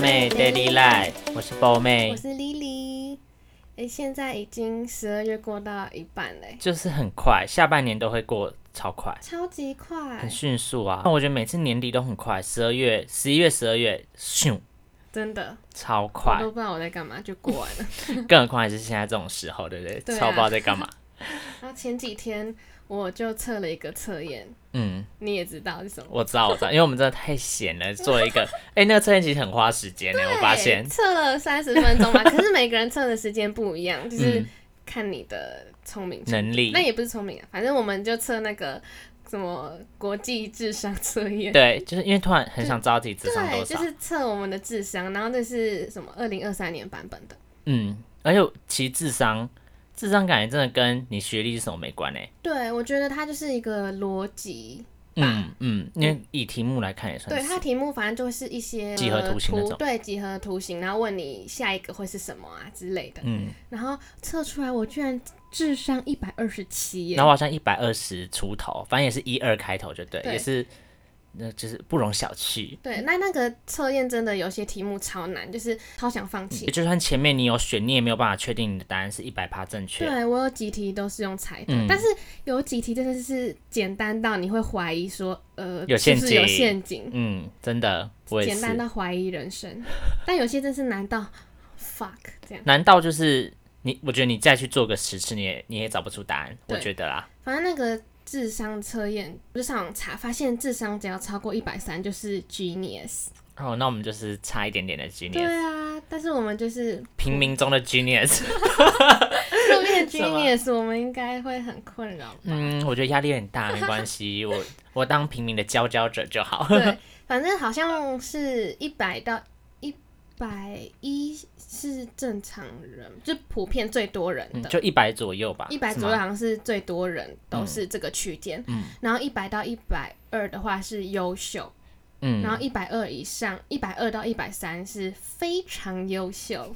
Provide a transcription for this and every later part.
妹 Daily Life，我是波妹我，是 Lily。哎，现在已经十二月过到一半嘞，就是很快，下半年都会过超快，超级快很，迅速啊。那我觉得每次年底都很快，十二月、十一月、十二月，咻，真的，超我快都，不知道我在干嘛就过完 了。更何况还是现在这种时候，对不对？对啊超不知道在干嘛。然后前几天我就测了一个测验，嗯，你也知道是什么？我知道，我知道，因为我们真的太闲了，做了一个， 哎、那个测验其实很花时间呢、我发现对。测了三十分 钟吧，可是每个人测的时间不一样，就是嗯看你的聪明程度能力那也不是聪明啊，反正我们就测那个什么国际智商测验。对，就是因为突然很想知道自己智商对，多就少，是测我们的智商，然后那是什么？二零二三年版本的。嗯，而且其实智商，智商感觉真的跟你学历是什么没关诶、对，我觉得它就是一个逻辑，嗯嗯，因为以题目来看也算对是。它题目反正就是一些几何图形那种对几何图形，然后问你下一个会是什么啊之类的。嗯，然后测出来我居然智商一百二十七耶然，后我好像一百二十出头，反正也是一二开头，就对，对也是，那就是不容小觑。对，那那个测验真的有些题目超难，就是超想放弃。就算前面你有选，你也没有办法确定你的答案是一百趴正确。对我有几题都是用猜的，嗯但是有几题真的是简单到你会怀疑说，呃，有陷是不是有阱陷阱，嗯，真的，我也简单啊是。到怀疑人生。但有些真是难到 fuck 这样。难道就是你？我觉得你再去做个十次，你也你也找不出答案。我对觉得啦，反正那个智商测验，我就上网查，发现智商只要超过一百三就是 genius。哦，那我们就是差一点点的对 genius，啊，但是我们 就是平民中的 genius。如果变什么 genius，我们应该会很困扰。嗯，我觉得压力很大，没关系，我 我当平民的佼佼者就好。 对，反正好像是一百到一百一是正常人，就普遍最多人嗯的。就一百左右吧，一百是左右吗嗯好像是最多人都是这个区间，然后一百到一百二的话是优秀，嗯，然后一百二以上，一百二到一百三是非常优秀，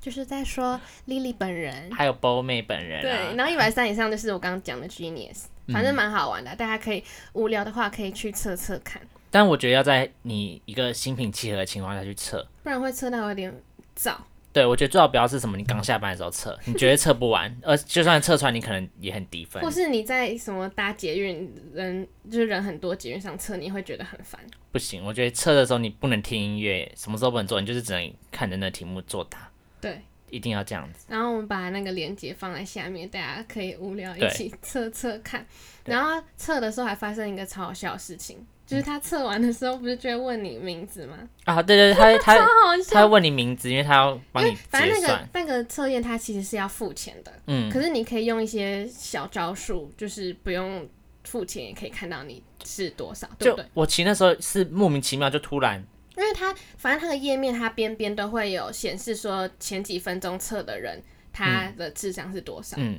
就是在说 Lily 本人。还有波妹本人、啊，对，然后一百三以上就是我刚刚讲的 genius，反正蛮好玩的，大家可以无聊的话可以去测测看，但我觉得要在你一个心平气和的情况下去测。不然会测到有点早。对，我觉得最好不要是什么你刚下班的时 候测，你绝对测不完，而就算测出来，你可能也很低分或。是你在什么搭捷运人就是人很多捷运上测，你会觉得很烦。不行，我觉得测的时候你不能听音乐，什么时候不能做，你就是只能看着那题目作答，对，一定要这样子。然后我们把那个链接放在下面，大家可以无聊对一起测测看。然后测的时候还发生一个超好笑的事情，就是他测完的时候不是就会问你名字吗？啊，对对对，超他他好他会笑。问你名字，因为他要帮因你为反结正那个算。那个测验它其实是要付钱的，嗯，可是你可以用一些小招数，就是不用付钱也可以看到你是多少，对不就对？我其实那时候是莫名其妙就突然，因为它反正它的页面它边边都会有显示说前几分钟测的人他的智商是多少，嗯，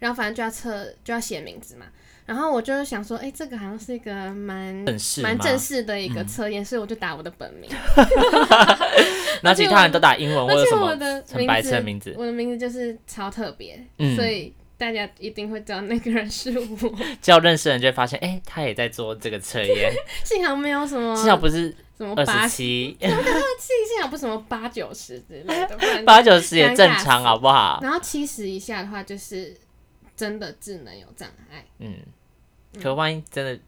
然后反正就要测就要写名字嘛。然后我就想说，哎、这个好像是一个蛮正式蛮吗嗯正式的一个测验，所以我就打我的本名，然后其他人都打英文或而者且什我么的很白痴的名名字，我的名字就是超特别，嗯所以大家一定会知道那个人是我。只要认识的人就会发现，哎、他也在做这个 测验，幸好没有什么至少不是什么二嗯八十七、幸幸好不是什么八九十之类的，不然 八九十也正常，尴尬死好不好？然后七十以下的话，就是真的智能有障碍。嗯，可万一真的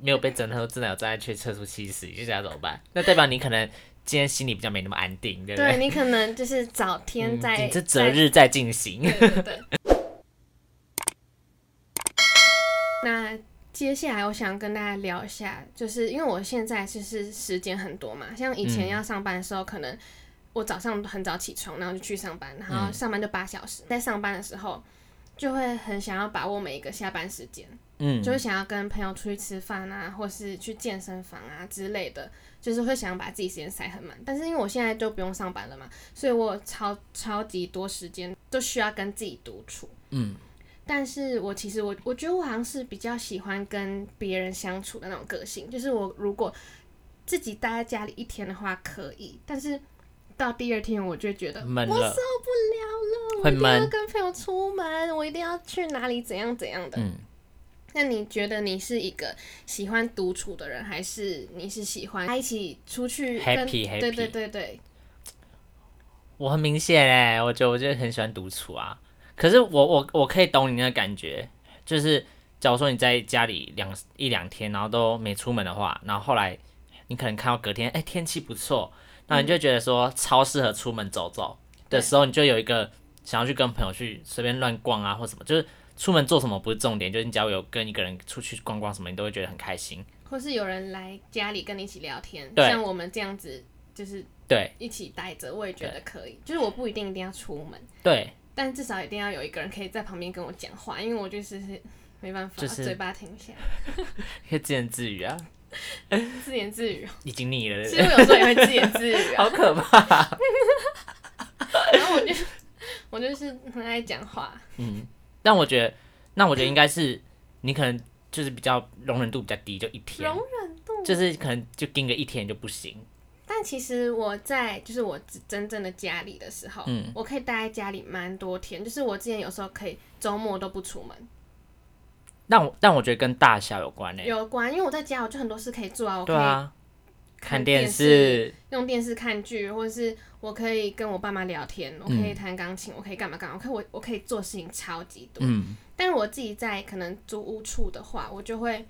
没有被整合，真的有障碍却测出七十，你这样怎么办？那代表你可能今天心里比较没那么安定，对不对对？你可能就是早天嗯在、你这择日再进行。在。对对对。 那接下来我想跟大家聊一下，就是因为我现在就是时间很多嘛，像以前嗯要上班的时候，可能我早上很早起床，然后就去上班，然后嗯上班就八小时，在上班的时候。就会很想要把握每一个下班时间，嗯，就是想要跟朋友出去吃饭啊，或是去健身房啊之类的，就是会想把自己时间塞很满。但是因为我现在就不用上班了嘛，所以我超超级多时间都需要跟自己独处。嗯，但是我其实我我觉得我好像是比较喜欢跟别人相处的那种个性，就是我如果自己待在家里一天的话可以，但是到第二天我就会觉得闷我了受不了了，我会一定要闷跟朋友出门，我一定要去哪里怎样怎样的。嗯那你觉得你是一个喜欢独处的人，还是你是喜欢一起出去跟 Happy, happy 对对对对，我很明显哎、我觉得我就很喜欢独处啊。可是我我我可以懂你那个感觉，就是假如说你在家里两一两天，然后都没出门的话，然后后来你可能看到隔天，哎、天气不错，那你就觉得说超适合出门走走的时候，你就有一个想要去跟朋友去随便乱逛啊，或什么，就是出门做什么不是重点，就是你只要有跟一个人出去逛逛什么，你都会觉得很开心。或是有人来家里跟你一起聊天，对像我们这样子就是对一起待着，我也觉得可以。就是我不一定一定要出门，对，但至少一定要有一个人可以在旁边跟我讲话，因为我就是 没办法，就是嘴巴停不下来，可以自言自语啊，自言自语哦。已经腻了，对其不实对我有时候也会自言自语啊，好可怕。然后我就我就是很爱讲话，但我觉得，那我觉得应该是 你可能就是比较容忍度比较低，就一天容，忍度。就是可能就盯个一天就不行。但其实我在就是我只真正的家里的时候，嗯我可以待在家里蛮多天，就是我之前有时候可以周末都不出门，但我但我觉得跟大小有关诶、有关，因为我在家我就很多事可以做啊，我可对以啊，看看电电视视，用电视看剧，或者是我可以跟我爸妈聊天，我可嗯以弹钢琴，我可以干嘛干嘛，我可以我我可以做事情超级多，嗯，但是我自己在可能租屋处的话，我就会，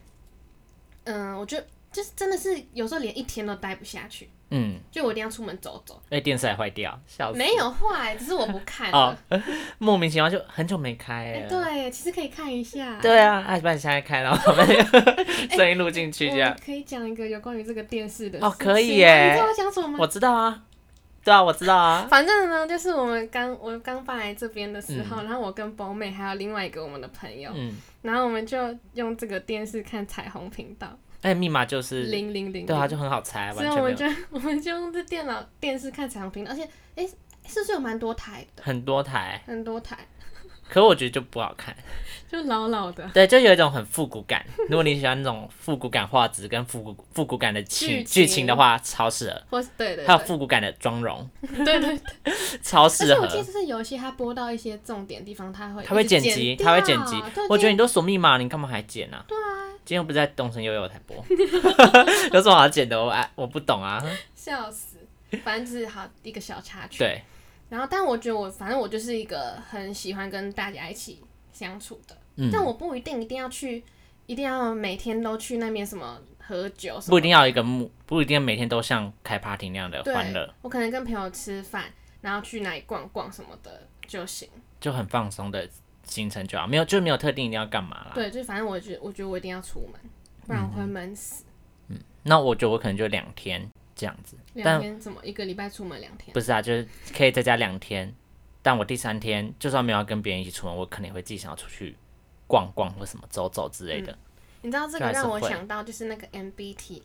嗯、我就就是真的是有时候连一天都待不下去，嗯，就我一定要出门走走，哎，电视还坏掉，笑死。没有坏，只是我不看了。 哦，莫名其妙就很久没开哎、诶、对，其实可以看一下。对啊，哎，不然你现在开，然后 把那个哎声音录进去这样我。可以讲一个有关于这个电视的哦事可以情耶你知道我讲什么吗？我知道啊，对啊，我知道啊。反正呢，就是我们刚我刚搬来这边的时候，然后我跟宝美还有另外一个我们的朋友，嗯，然后我们就用这个电视看彩虹频道哎，密码就是，零零零，对啊，就很好猜，所完以我全们没有就 我们就用这电脑电视看彩虹频道，而且哎、是不是有蛮多台的？很多台，很多台，可我觉得就不好看。就老老的 对，就有一种很复古感。如果你喜欢那种复古感画质跟复古复古感的剧情情剧情的话，超适合。或是对对还有对复古感的妆容，对对，对超而 适且合我。记得是有一些它播到一些重点地方，它会它会一直剪剪辑，它会剪掉辑对。我觉对得你都锁密码，你干嘛还剪啊？对啊。今天又不是在东森悠悠台播， 有什么好剪的？我哎，我不懂啊。笑死，反正就是好一个小插曲。对，然后，但我觉得我反正我就是一个很喜欢跟大家一起相处的，嗯但我不一定一定要去，一定要每天都去那边什么喝酒什么，不一定要有一个目，不一定每天都像开 party 那样的欢对乐，，我可能跟朋友吃饭，然后去哪里逛逛什么的就行。就很放松的行程就好，没有就没有特定一定要干嘛啦。对，就反正我觉得我觉得我一定要出门，不然我会闷死。那我觉得我可能就两天这样子，但两天怎么一个礼拜出门两天？不是啊，就是可以在家两天，但我第三天就算没有要跟别人一起出门，我可能也会自己想要出去逛逛或什么走走之类的。你知道这就个还是让我会想到就是那个 MBTI。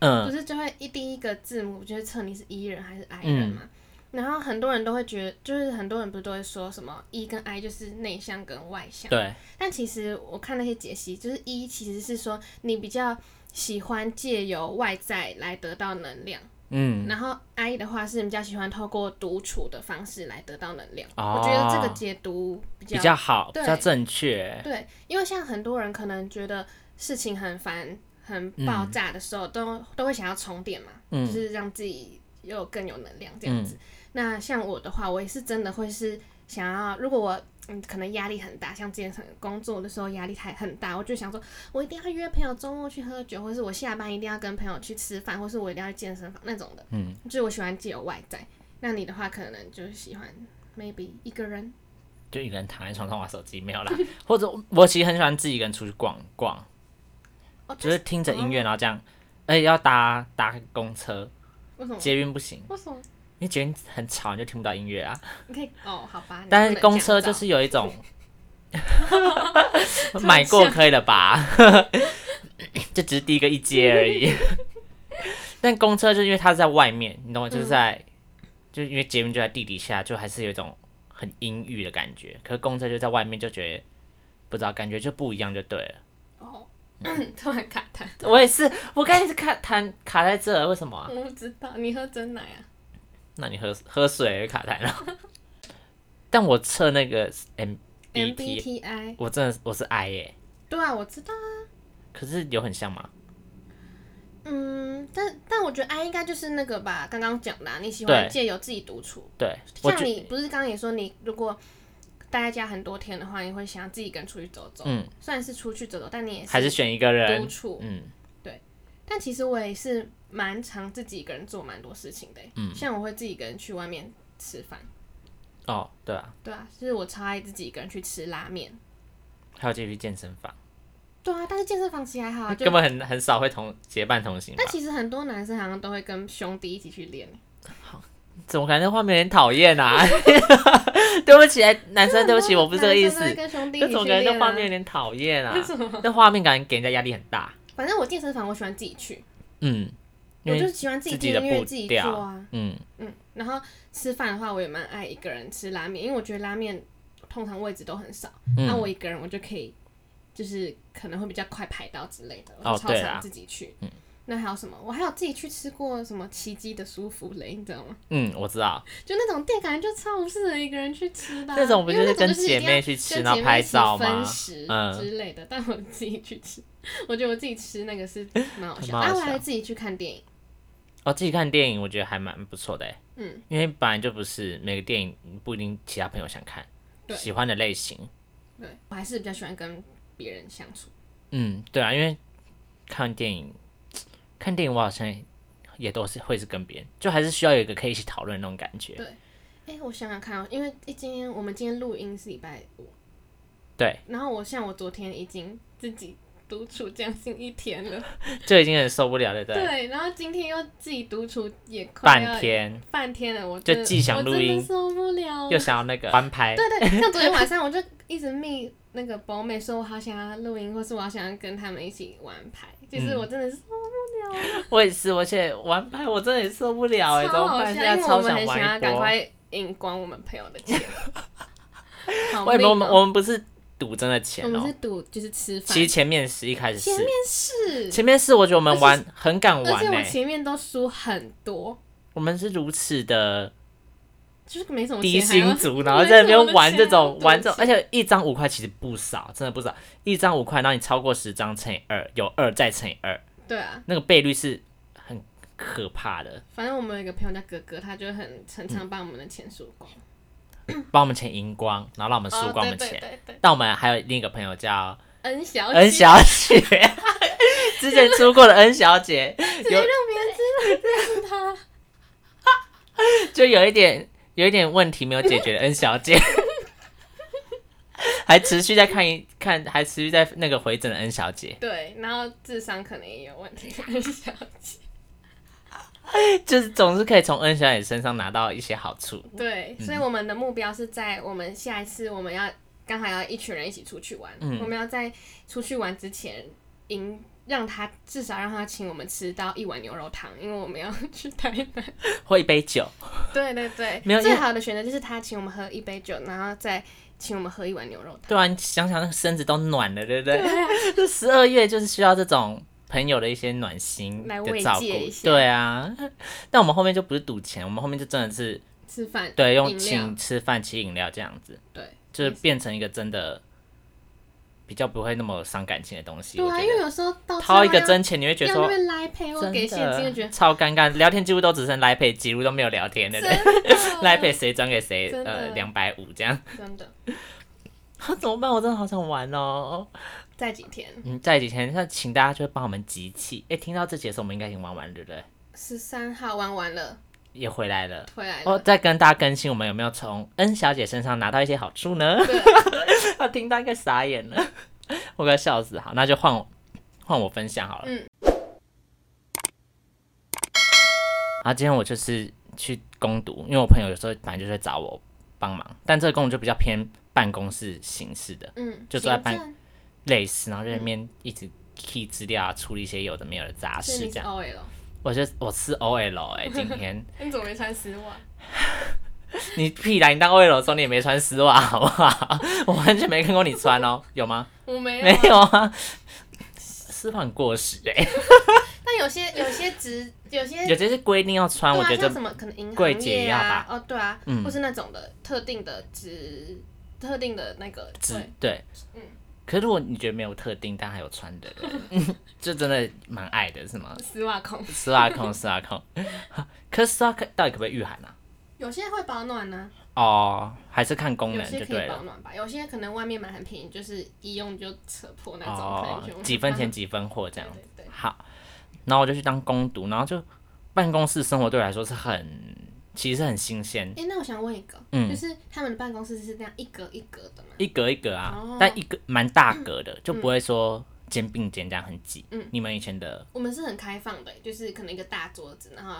嗯，不是就会一第一个字母就是测你是 E 人还是 I 人嗯嘛。然后很多人都会觉得，就是很多人不是都会说什么 E 跟 I 就是内向跟外向，对，但其实我看那些解析，就是 E 其实是说你比较喜欢借由外在来得到能量，嗯，然后 I 的话是比较喜欢透过独处的方式来得到能量。哦我觉得这个解读比较比较好，对比较正确。嗯对，因为像很多人可能觉得事情很烦、很爆炸的时候，都都会想要充电嘛，就是让自己又更有能量这样子。那像我的话，我也是真的会是想要，如果我嗯可能压力很大，像之前可能工作的时候压力太很大，我就想说我一定要约朋友周末去喝酒，或是我下班一定要跟朋友去吃饭，或是我一定要去健身房那种的。嗯，就是我喜欢借由外在。那你的话，可能就是喜欢 maybe 一个人。就一个人躺在床上玩手机没有啦， 或者我其实很喜欢自己一个人出去逛逛，哦，就是听着音乐然后嗯这样，而且要搭搭公车，为什么？捷运不行，为什么？因为捷运很吵，你就听不到音乐啊。你可以哦，好吧。你不但是能公车这就样是有一 种买过可以了吧， 就只是第一个一阶而 已。但公车就是因为它是在外面，你懂吗？就是在，就因为捷运就在地底下，就还是有一种很阴郁的感觉。可是公车就在外面，就觉得不知道，感觉就不一样，就对了。造哦， 突然卡痰， 我也是，我刚才是卡痰卡在这，为什么啊、我不知道你喝真奶啊？那你喝喝水也卡痰 了。但我测那个 MBT， MBTI 我真的我是 I 耶、对啊，我知道。可是有很像吗？嗯，但但我觉得 I 应该就是那个吧，刚刚讲的啊、你喜欢对借由自己独处。对，我像觉你不是刚刚也说，你如果待在家很多天的话，你会想要自己一个人出去走走。嗯，虽然是出去走走，但你也还是选一个独人，处。嗯，但其实我也是蛮常自己一个人做蛮多事情的欸、嗯像我会自己一个人去外面吃饭，哦，对啊，对啊，就是我超爱自己一个人去吃拉面。还有继续健身房，对啊，但是健身房其实还好啊，就根本很很少会同结伴同行吧但？其实很多男生好像都会跟兄弟一起去练，怎么感觉那画面有点讨 厌啊？对不起，哎男生，对不起，我不是这个意思男啊生都会。跟兄弟一那起种去感觉练、那啊。画面有点讨厌 啊为什么？那画面感给人家压力很大。反正我健身房我喜欢自己去，嗯，因我就为是喜欢自己自听己的音乐步自己调做啊。嗯，嗯，然后吃饭的话，我也蛮爱一个人吃拉面，因为我觉得拉面通常位置都很少，那、嗯我一个人我就可以，就是可能会比较快排到之类的，哦我超对嗯常啦自己去。那还有什么？我还有自己去吃过什么奇迹的舒芙蕾，你知道吗？嗯，我知道，就那种店，感觉就超不适合一个人去吃的啊、那种不因就为是那种跟就是一姐定要妹去吃，跟然姐妹后拍一起照分吗？食嗯之类的，但我自己去吃，我觉得我自己吃那个 是蛮好笑的。蛮好啊，我笑还自己去看电影，哦，自己看电影，我觉得还蛮不错的欸。嗯，因为本来就不是每个电影不一定其他朋友想看，对喜欢的类型。对我还是比较喜欢跟别人相处。嗯，对啊，因为看电影，看电影我好像也都是会是跟别人，就还是需要有一个可以一起讨论的那种感觉。哎、我想想看哦，因为诶今天我们今天录音是礼拜五，对，然后我像我昨天已经自己独处将近一天了，就已经很受不了了，对不对，然后今天又自己独处也快要半天半天了，我就真的既想录我真音的受不了又了。想要那个翻拍，对对，像昨天晚上我就一直密那个博美说，我好想要录音，或是我好想要跟他们一起玩牌，就是嗯我真的是我也是，而且玩牌我真的也受不了哎、欸，怎超么好笑，办？现因在为我超们很想玩要一赶波。快赢光我们朋友的 钱。好为什么我们命哦我们不是赌真的钱我哦、们是赌就是吃饭其，实前面是一开始前是面，是前面是我觉得我们玩很敢而玩且我哎、欸，前面都输很多，我们是如此的就是没什么低钱还要薪族，然后在那边玩这种玩这种，而且且一张五块其实不少，真的不少，一张五块，然后你超过十张乘以二，有二再乘以二，对啊，那个倍率是很可怕的，反正我们有一个朋友叫哥哥，他就很常嗯常把我们的钱输光，把我们钱赢光，然后让我们输光我哦们对对哦钱。对对，但我们还有另一个朋友叫恩小姐，恩小姐， 之前出过的恩小姐，直接有让别人知道他，就有一点有一点问题没有解 决的恩小姐， 还持续在看一看，还持续在那个回诊的恩小姐，对，然后智商可能也有问题， 恩小姐，就是总是可以从恩小姐身上拿到一些好处。对，嗯所以我们的目标是在我们下一次我们要刚好要一群人一起出去玩，嗯我们要在出去玩之前赢。让他至少让他请我们吃到一碗牛肉汤，因为我们要 去台南。或一杯酒，对对对，没有因最为好的选择就是他请我们喝一杯酒，然后再请我们喝一碗牛肉汤。对啊，你想想那个身子都暖了，对不对？啊这十二月就是需要这种朋友的一些暖心来的慰照顾藉一，下对啊。但我们后面就不是赌钱，我们后面就真的是吃饭，对饮用料请吃饭、请饮料这样子。对就是变成一个真的比较不会那么伤感情的东西。对我啊，觉因为得有时候到最后掏一个要真钱，你会觉得要说那边来配或真给现金，就觉得的超尴尬，聊天几乎都只剩来赔，几乎都没有聊天，对不对？真的 来赔谁转给谁，真的呃，两百五这样， 真的怎么办？我真的好想玩哦。在几天嗯，在几天，那请大家就帮我们集气。哎、听到这节的时候，我们应该已经玩完，对不对？十三号玩完了也回来了。回来我、了，再跟大家更新，我们有没有从恩小姐身上拿到一些好处呢？她听到应该傻眼了， 我快笑死。好，那就换我换我分享好了。嗯。啊，今天我就是去攻读，因为我朋友有时候本来就是会找我帮忙，但这个工作就比较偏办公室形式的，嗯， 就坐在行办政类似，然后嗯在那边一直 key 资料啊，处理一些有的没有的杂所以事你这是样。 OL，我就我是 OL 哎、 今天你怎么没穿丝袜？你屁啦！你当 OL 的时候你也没穿丝袜好不好？ 我完全没看过你穿哦，有吗？我没有没啊，有啊，丝袜很过时哎、但有些有些职有些有些是规定要穿，哎对我啊，觉像得什么可能银柜行姐业要啊吧，哦对啊，嗯或是那种的特定的职特定的那个只对对嗯，可是如果你觉得没有特定但还有穿的人， 就真的蛮爱的，是吗？丝袜控，丝 袜控，丝袜控。可是丝袜控到底可不可以御寒啊？有些会保暖呢、哦，还是看功有能些就可对以保了。暖吧，有些可能外面买很便宜，就是一用就扯破那种，可哦能就，几分钱几分货这样。对对对，好，然后我就去当攻读，然后就办公室生活对我来说是很，其实很新鲜，哎、那我想问一个，嗯就是他们的办公室是这样一格一格的吗？一格一格啊，哦但一格蛮大格的，就不会说肩并肩这样很挤。嗯你们以前的我们是很开放的，就是可能一个大桌子，然后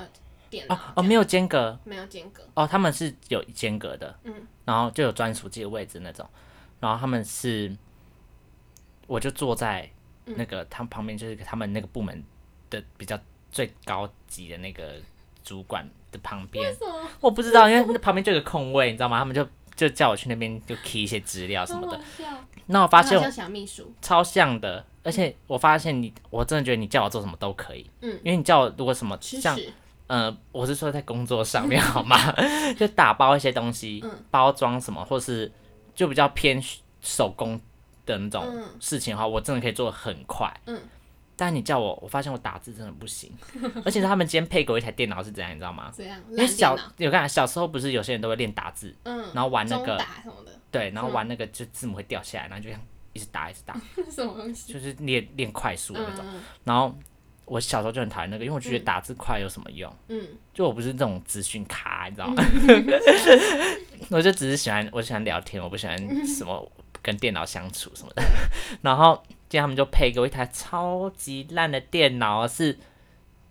电脑哦这样、哦没有间隔没有间隔，哦，他们是有间隔的，嗯，然后就有专属自己的位置那种，然后他们是，我就坐在嗯那个、他们旁边，就是他们那个部门的比较最高级的那个主管的旁边，为什么？我不知道，因为那旁边就有个空位，你知道吗？他们就就叫我去那边就 key 一些资料什好么的。好笑，那我发你现好我像小秘书，超像的，而且我发现你，我真的觉得你叫我做什么都可以。嗯，因为你叫我如果什么吃像屎，呃，我是说在工作 上面好吗？ 就打包一些东西，嗯包装什么，或是就比较偏手工的那种嗯事情的话，我真的可以做的很快。嗯，但你叫我，我发现我打字真的不行， 而且他们今天配给我一台电脑是怎样，你知道吗？这样因为烂电小脑，有看小时候不是有些人都会练打字，嗯，然后玩那中个打什么的，对，然后玩那个就字母会掉下来，然后就这样一直打一直打，什么东西？就是练练快速的那种。嗯然后我小时候就很讨厌那个，因为我就觉得打字快有什么用？嗯，就我不是那种资讯咖，你知道吗？ 我就只是喜欢我喜欢聊天，我不喜嗯欢什么跟电脑相处什么的。 然后今天他们就配给我一台超级烂的电脑，是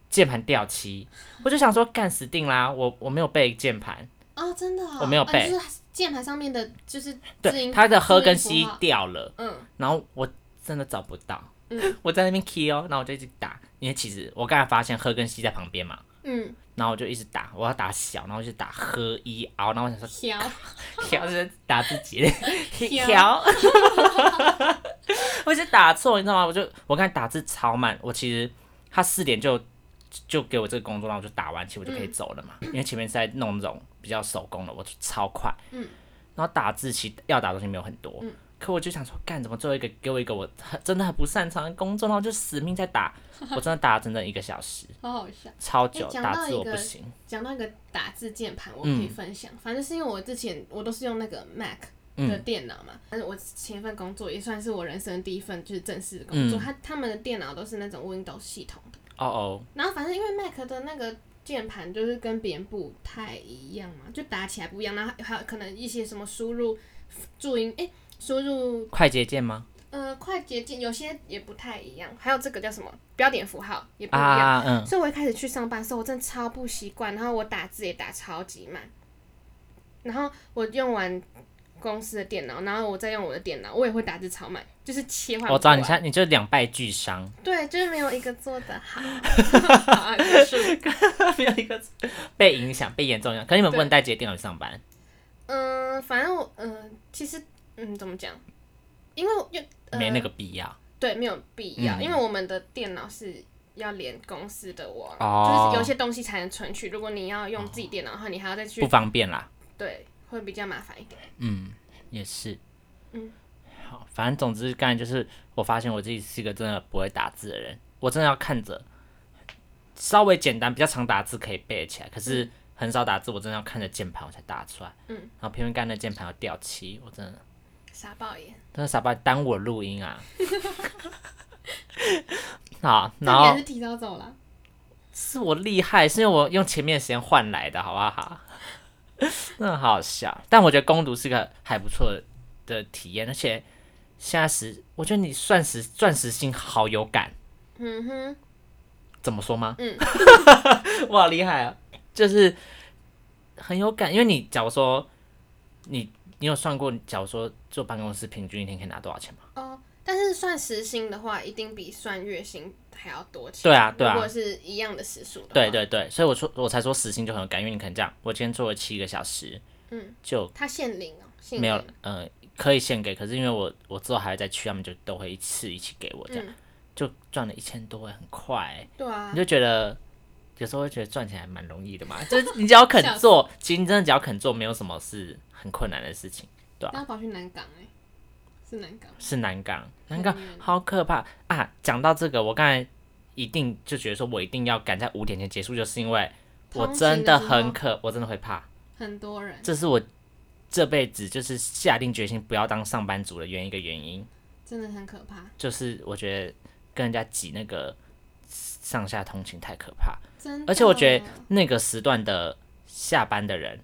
键盘掉漆，我就想说干死定啦！我我没有背键盘。哦，真的哦、我没有啊背就是键盘上面的，就是字对，音他的喝跟，字音吸符号掉了，嗯，然后我真的找不到， 我在那边 key 哦，然后我就一直打，因为其实我刚才发现喝跟吸在旁边嘛，嗯，然后我就一直打，我要打小，然后我就打喝一熬，然后我想说条， 调就是打自 己的挑调， 我就打错，你知道吗？我就我刚才打字超慢，我其实他四点就就给我这个工作，然后我就打完，其实我就可以走了嘛，因为前面是在弄那种比较手工的，我就超快，嗯，然后打字其实要打的东西没有很多，嗯可我就想说，干怎么做一个给我一个我很真的很不擅长的工作，然后我就死命 在打，我真的打了整整一个小时，好好笑。超久，诶讲到打字我一个不行。讲到一个打字键盘，我可以分享。反正是因为我之前我都是用那个 Mac 的电脑嘛，但是我前一份工作也算是我人生第一份就是正式的工作，嗯他他们的电脑都是那种 Windows 系统的。哦哦，然后反正因为 Mac 的那个键盘就是跟别人不太一样嘛，就打起来不一样。然后还有可能一些什么输入注音，诶，输入快捷键吗？呃快捷键，有些也不太一样。还有这个叫什么标点符号也不一样。啊，嗯，所以我一开始去上班的时候，我真的超不习惯，然后我打字也打超级慢，然后我用完公司的电脑，然后我再用我的电脑，我也会打字超慢，就是切换不过来。我知道你现在你就两败俱伤，对，就是没有一个做的好。好啊就是 没有一个被影响、被严重影响。可你们不能带自己的电脑去上班，嗯、反正我嗯、其实嗯，怎么讲？因为我又、呃、没那个必要。对，没有必要，嗯因为我们的电脑是要连公司的网，就哦是有些东西才能存取。如果你要用自己电脑的话，你还要再去不方便啦。对，会比较麻烦一点。嗯，也是。嗯，好，反正总之，刚才就是我发现我自己是一个真的不会打字的人，我真的要看着稍微简单、比较常打字可以背得起来，可是很少打字，我真的要看着键盘我才打得出来。嗯，然后偏偏干那键盘要掉漆，我真的傻爆眼。真的傻把耽误我录音 啊。好， 然那后你还是提早走了。是我厉害，是因为我用前面的时间换来的，好不好？ 真的好好笑，但我觉得攻读是个还不错的体验，而且现在时，我觉得你算时钻石星好有感，嗯哼，怎么说吗？ 嗯，我好厉害啊，就是很有感，因为你假如说你你有算过，假如说坐办公室平均一天可以拿多少钱吗？哦，但是算时薪的话，一定比算月薪还要多钱。对啊对啊如果是一样的时数的话，对，对对，所以我说我才说时薪就很有感，因为你可能这样，我今天做了七个小时，嗯，就他限领哦，限没有领，呃，可以献给，可是因为我我之后还会再去，他们就都会一次一起给我，这样、嗯就赚了一千多，很快欸、对啊你，就觉得有时候会觉得赚钱还蛮容易 的嘛，就是你只要肯做，其实你真的只要肯做，没有什么是很困难的事情。那要跑去南港哎、是南港，是南港，南很港远好可怕啊！讲到这个，我刚才一定就觉得说我一定要赶在五点前结束，就是因为 我通勤真的时很候可，我真的会怕，很多人，这是我这辈子就是下定决心不要当上班族的原因一个原因，真的很可怕，就是我觉得跟人家挤那个上下通勤太可怕，真的。而且我觉得那个时段的下班的人，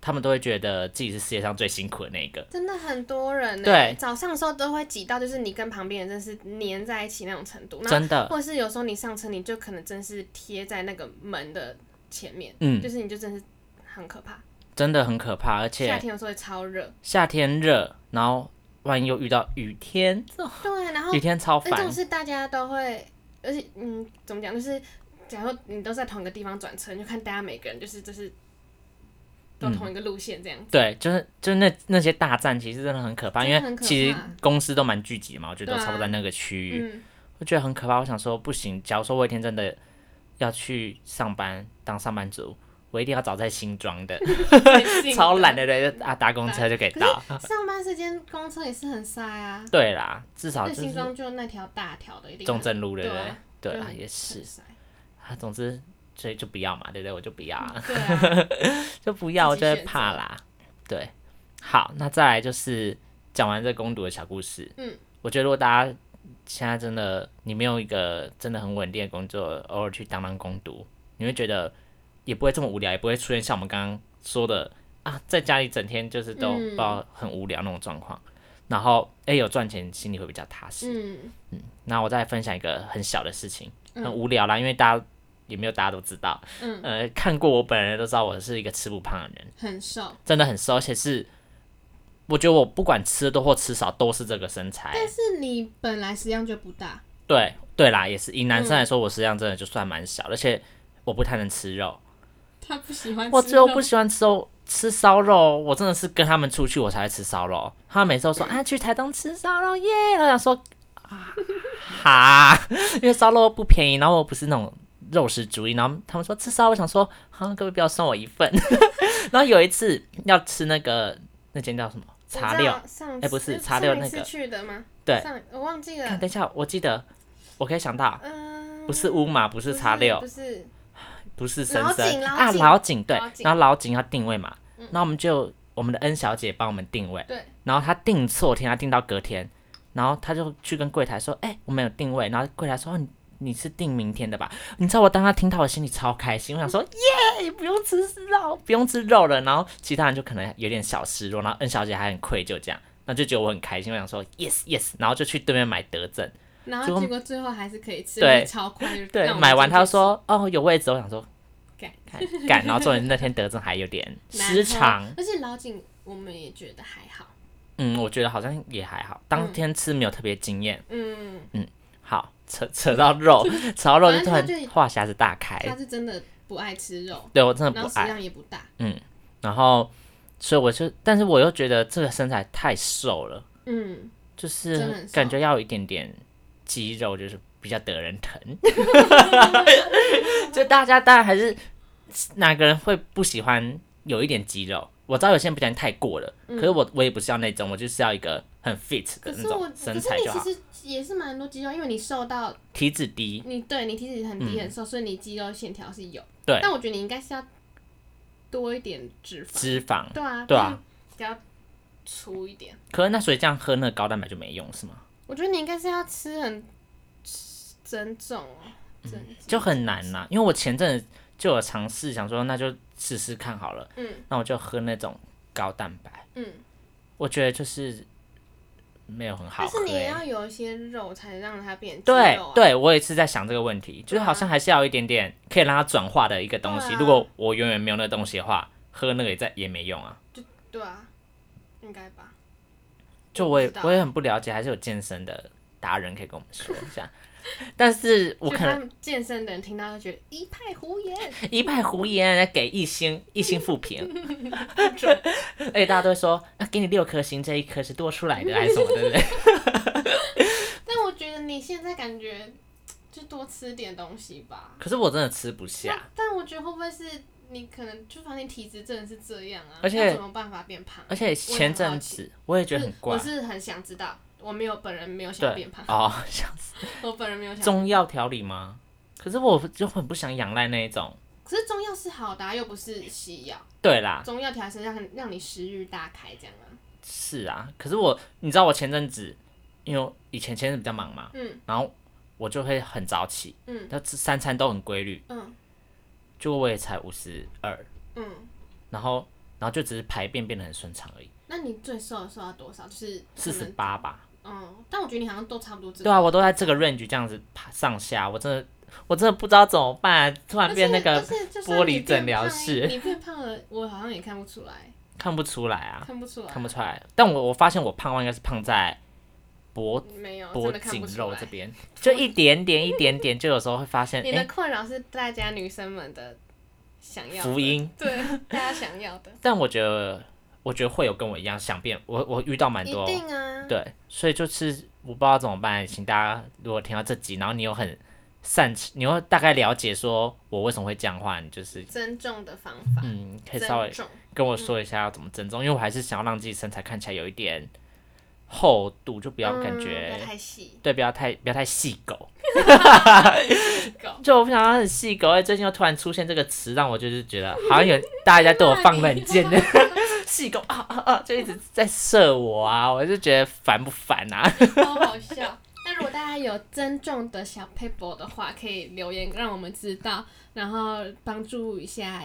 他们都会觉得自己是世界上最辛苦的那一个。真的很多人、欸，对早上的时候都会挤到，就是你跟旁边人真是粘在一起那种程度，那真的，或者是有时候你上车，你就可能真是贴在那个门的前面，嗯，就是你就真是很可怕。真的很可怕，而夏且天有时候会超热，夏天热，然后万一又遇到雨天，对，啊然后雨天超那这种烦，是大家都会，而且嗯，怎么讲，就是假如你都在同一个地方转车，你就看大家每个人就是就是都同一个路线这样子。对，就是就是那那些大战其实真的很可怕，真因的为很可怕其实公司都蛮聚集的嘛，我觉得都对啊差不多在那个区域，嗯，我觉得很可怕。我想说不行，假如说我有一天真的要去上班当上班族，我一定要找在新庄的，最近 超懒。的人就啊搭公车就可以到。上班时间公车也是很塞啊，对啦，至少那就新是庄就那条大条的，一定中正路，对不对对啊？对就啊，很也是很塞。啊，总之所以就不要嘛，对不对？我就不要啊。对 啊，就不要，我自己就会选择怕啦。对，好，那再来就是讲完这攻读的小故事。嗯，我觉得如果大家现在真的你没有一个真的很稳定的工作，偶尔去当当攻读，你会觉得也不会这么无聊，也不会出现像我们刚刚说的啊，在家里整天就是都嗯不知道很无聊那种状况。然后，哎、有赚钱，心里会比较踏实。嗯，那我再分享一个很小的事情，嗯很无聊啦，因为大家也没有大家都知道，嗯呃，看过我本人都知道我是一个吃不胖的人，很瘦，真的很瘦，而且是我觉得我不管吃多或吃少都是这个身材。但是你本来食量就不大，对对啦，也是以男生来说，我食量真的就算蛮小，而且我不太能吃肉，他不喜欢吃肉。我只有不喜欢吃肉。吃烧肉，我真的是跟他们出去我才会吃烧肉。他们每次都说啊，去台东吃烧肉耶，我想说啊，哈， 因为烧肉不便宜，然后我不是那种肉食主义，然后他们说吃烧肉，我想说啊，各位不要送我一份。 然后有一次要吃那个那间叫什么我茶知六道，上哎不是次茶六上一那个次去的吗？对上我忘记看，了。哎等一下，我记得，我可以想到，啊嗯，不是乌马，不是不叉六不，是不是深老深井老啊，井老井对老，井嗯然后老井要定位嘛，那我们就我们的 N 小姐帮我们定位，对，然后她定错天，她定到隔天，然后她就去跟柜台说，哎，我们有定位，然后柜台说哦你。你是定明天的吧？你知道我当她听到，我心里超开心，我想说耶，不用吃肉，不用吃肉了。然后其他人就可能有点小失落，然后 N 小姐还很愧疚，这样，那就觉得我很开心，我想说 yes yes，然后就去对面买德政。然结后果结果最后还是可以吃，对就是超快就对让，我们买完进去他吃说哦有位置，我想说干 干干，然后重点是那天德政还有 点难失喝常，而且老井我们也觉得还好，嗯，我觉得好像也还好，当嗯天吃没有特别惊艳。嗯，好，扯扯到肉， 扯到肉就反突正他然就话匣子大开，他是真的不爱吃肉，对我真的然不后食爱，量也不大，然后所以我就，但是我又觉得这个身材太瘦了，嗯，就真的是很瘦感觉要有一点点肌肉，就是比较得人疼。 就大家当然还是哪个人会不喜欢有一点肌肉？我知道有些人不喜欢太过了，可是我我也不是要那种，我就是要一个很 fit 嗯可的那是我种可身是材就你好，其实也是蛮多肌肉，因为你瘦到体脂低。你对你体脂很低很瘦，所以你肌肉线条是有，嗯对但我觉得你应该是要多一点脂肪，脂肪，对啊，对啊，比较粗一点。可是那所以这样喝那个高蛋白就没用是吗？我觉得你应该是要吃很整种哦，整就很难呐、因为我前阵子就有尝试想说，那就试试看好了。嗯，那我就喝那种高蛋白，嗯，我觉得就是没有很好但喝、是你也欸。要有一些肉才能让它变肌对肉啊。对，我也是在想这个问题，就是对啊好像还是要有一点点可以让它转化的一个东西。对啊如果我永远没有那个东西的话，喝那个也在也没用啊。对啊，应该吧。就我也不知道我也很不了解，还是有健身的达人可以跟我们说一下。但是我就可能他们健身的人听到就觉得一派胡 言，一派胡言，给一星一星负评， 而且大家都会说，啊、给你六颗星，这一颗是多出来的还是什么，对不 对？但我觉得你现在感觉就多吃点东西吧。可是啊我真的吃 不下，但但我觉得会不会是你可能就发现体质真的是这样啊？而且那怎么办法变胖？而且前阵子我也觉得很怪我，是很想知道，我没有本人没有想对变胖，哦，像 我本人没有想。 中药调理吗？可是我就很不想仰赖那一种。可是中药是好的、啊，又不是西药。对啦，中药调身让让你食欲大开这样啊。是啊，可是我你知道我前阵子，因为我以前前阵子比较忙嘛，嗯，然后我就会很早起，嗯，要吃三餐都很规律，嗯，结果我也才五十二，嗯，然后然后就只是排便变得很顺畅而已，那你最瘦的瘦到多少？就是四可十能。八吧，嗯，但我觉得你好像都差不多这对个。啊，我都在这个 range 这样子爬上下，我真的我真的不知道怎么办，突然变那而个且而且就算玻你璃变诊疗胖室你变胖了，我好像也看不出来，看不出来啊，看不出来，看不出来，但我我发现我胖应该是胖在脖没有，脖哦真的看颈不出肉这来。边，就一点点一点点，就有时候会 发现，你哎、的困扰是大家女生们的想要的福，音。对，大家想要的，但我觉得，我觉得会有跟我一样想变，我我遇到蛮一多，定啊，对，所以就是我不知道怎么办，请大家如果听到这集，然后你有很擅，你又大概了解说我为什么会这样的话，你就是增重的方法，嗯，可以稍增微重，跟我说一下要怎么增重，因为我还是想要让自己身材看起来有一点厚度，就不不要感嗯不觉、要太 细，对，不要太不要太细狗，狗就我不想要很细狗。哎，最近又突然出现这个词，让我就是觉得好像有大家对我放冷箭的 细狗啊啊啊，就一直在射我啊，我就觉得烦不烦啊？ 好好笑。那如果大家有增重的小 paper 的话，可以留言让我们知道，然后帮助一下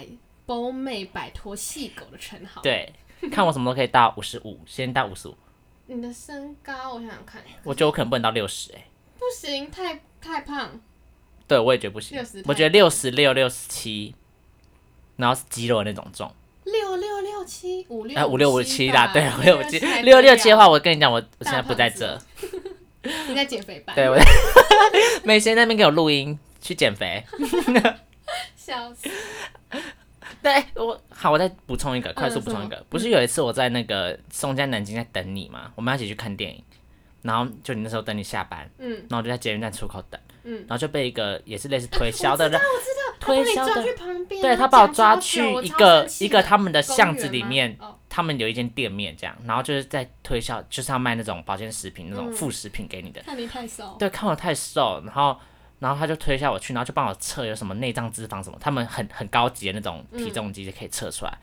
波妹摆脱细狗的称号。，对，看我什么都可以到五十五，先到五十五，你的身高我想想看，我觉得我可能不能到六十哎，不行，太太胖，对我也觉得不行60，我觉得六十六、六十七，然后是肌肉的那种重。六六六七五六哎，五六五七啦，吧对，五六五七，太六六无七聊的话，我跟你讲，我我现在大不在胖这，你在减肥吧？对，我美贤那边给我录音去减肥。笑死。对，哎我好，我再补充一个，快速补充一什个，不是有一次我在那个松江南京在等你嘛，我们要一起去看电影，然后就你那时候等你下班，嗯，然后我就在捷运站出口等，嗯然后就被一个也是类似推销的人，我知道，他把推哦你销抓的去旁边，啊对然后他把我讲抓超去久我一超个生气一个的他们的公巷园子里吗面哦，他们有一间店面这样，然后就是在推销，就是要卖那种保健食品那种嗯副食品给你的。看你太瘦，对，看我太瘦，然后然后他就推下我去，然后就帮我测有什么内脏脂肪什么，他们很很高级的那种体重机就可以测出来。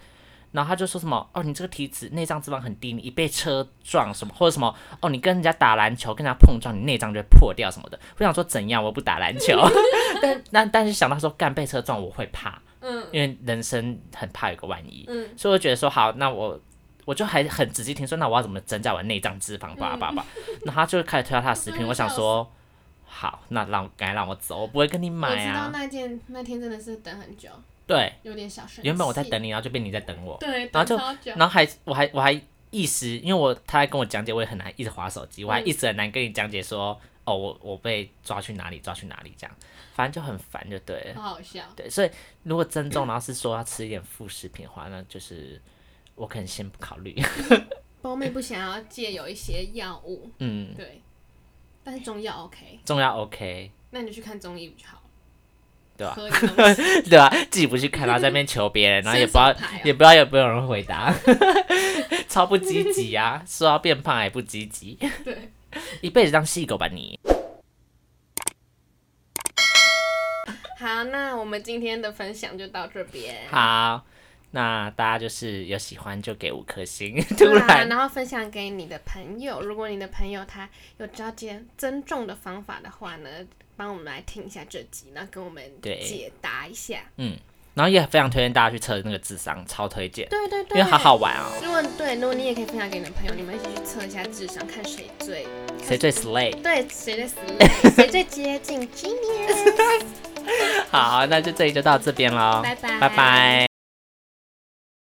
然后他就说什么哦，你这个体脂内脏脂肪很低，你一被车撞什么或者什么哦，你跟人家打篮球跟人家碰撞，你内脏就会破掉什么的。我想说怎样，我不打篮球，但但但是想到说干被车撞我会怕，嗯因为人生很怕有个万一，嗯，所以我觉得说好，那我我就还很仔细听说，那我要怎么增加我的内脏脂肪，叭叭叭。 那他就开始推销他的食 品，嗯我想说，好，那让该让我走，我不会跟你我买知道啊。那件那天真的是等很久，对，有点小生气。原本我在，等你，然后就变你在等我，对，啊然后等就超久，然后还我还我还一时，因为我他在跟我讲解，我也很难一直划手机，我还嗯一直很难跟你讲解说，哦，我我被抓去哪里，抓去哪里这样，反正就很烦，就对了。好好笑。对，所以如果增重，然后是说要吃一点副食品的话，那就是我可能先不考虑。 包妹不想要戒有一些药物，嗯，对，但是中药 OK，重要 OK，那你就去看中医就好了。对啊喝点东西 对吧、自己不去看，然后在那边求别 人，然后也不知道伸手牌哦也不知道有没有人回答， 超不积极啊！说要变胖还不积极，对， 一辈子当细狗吧你。好，那我们今天的分享就到这边。好，那大家就是有喜欢就给五颗星， 对突啊，然然后分享给你的朋友。如果你的朋友他有了解增重的方法的话呢，帮我们来听一下这集，然后跟我们对解答一下。嗯然后也非常推荐大家去测那个智商，超推荐，对啊对因对，为好好玩哦，如果对，如果你也可以分享给你的朋友，你们一起去测一下智商，看谁最谁最 slay。对谁最 s 谁最接近 genius。好，那就这里就到这边喽，拜拜拜拜。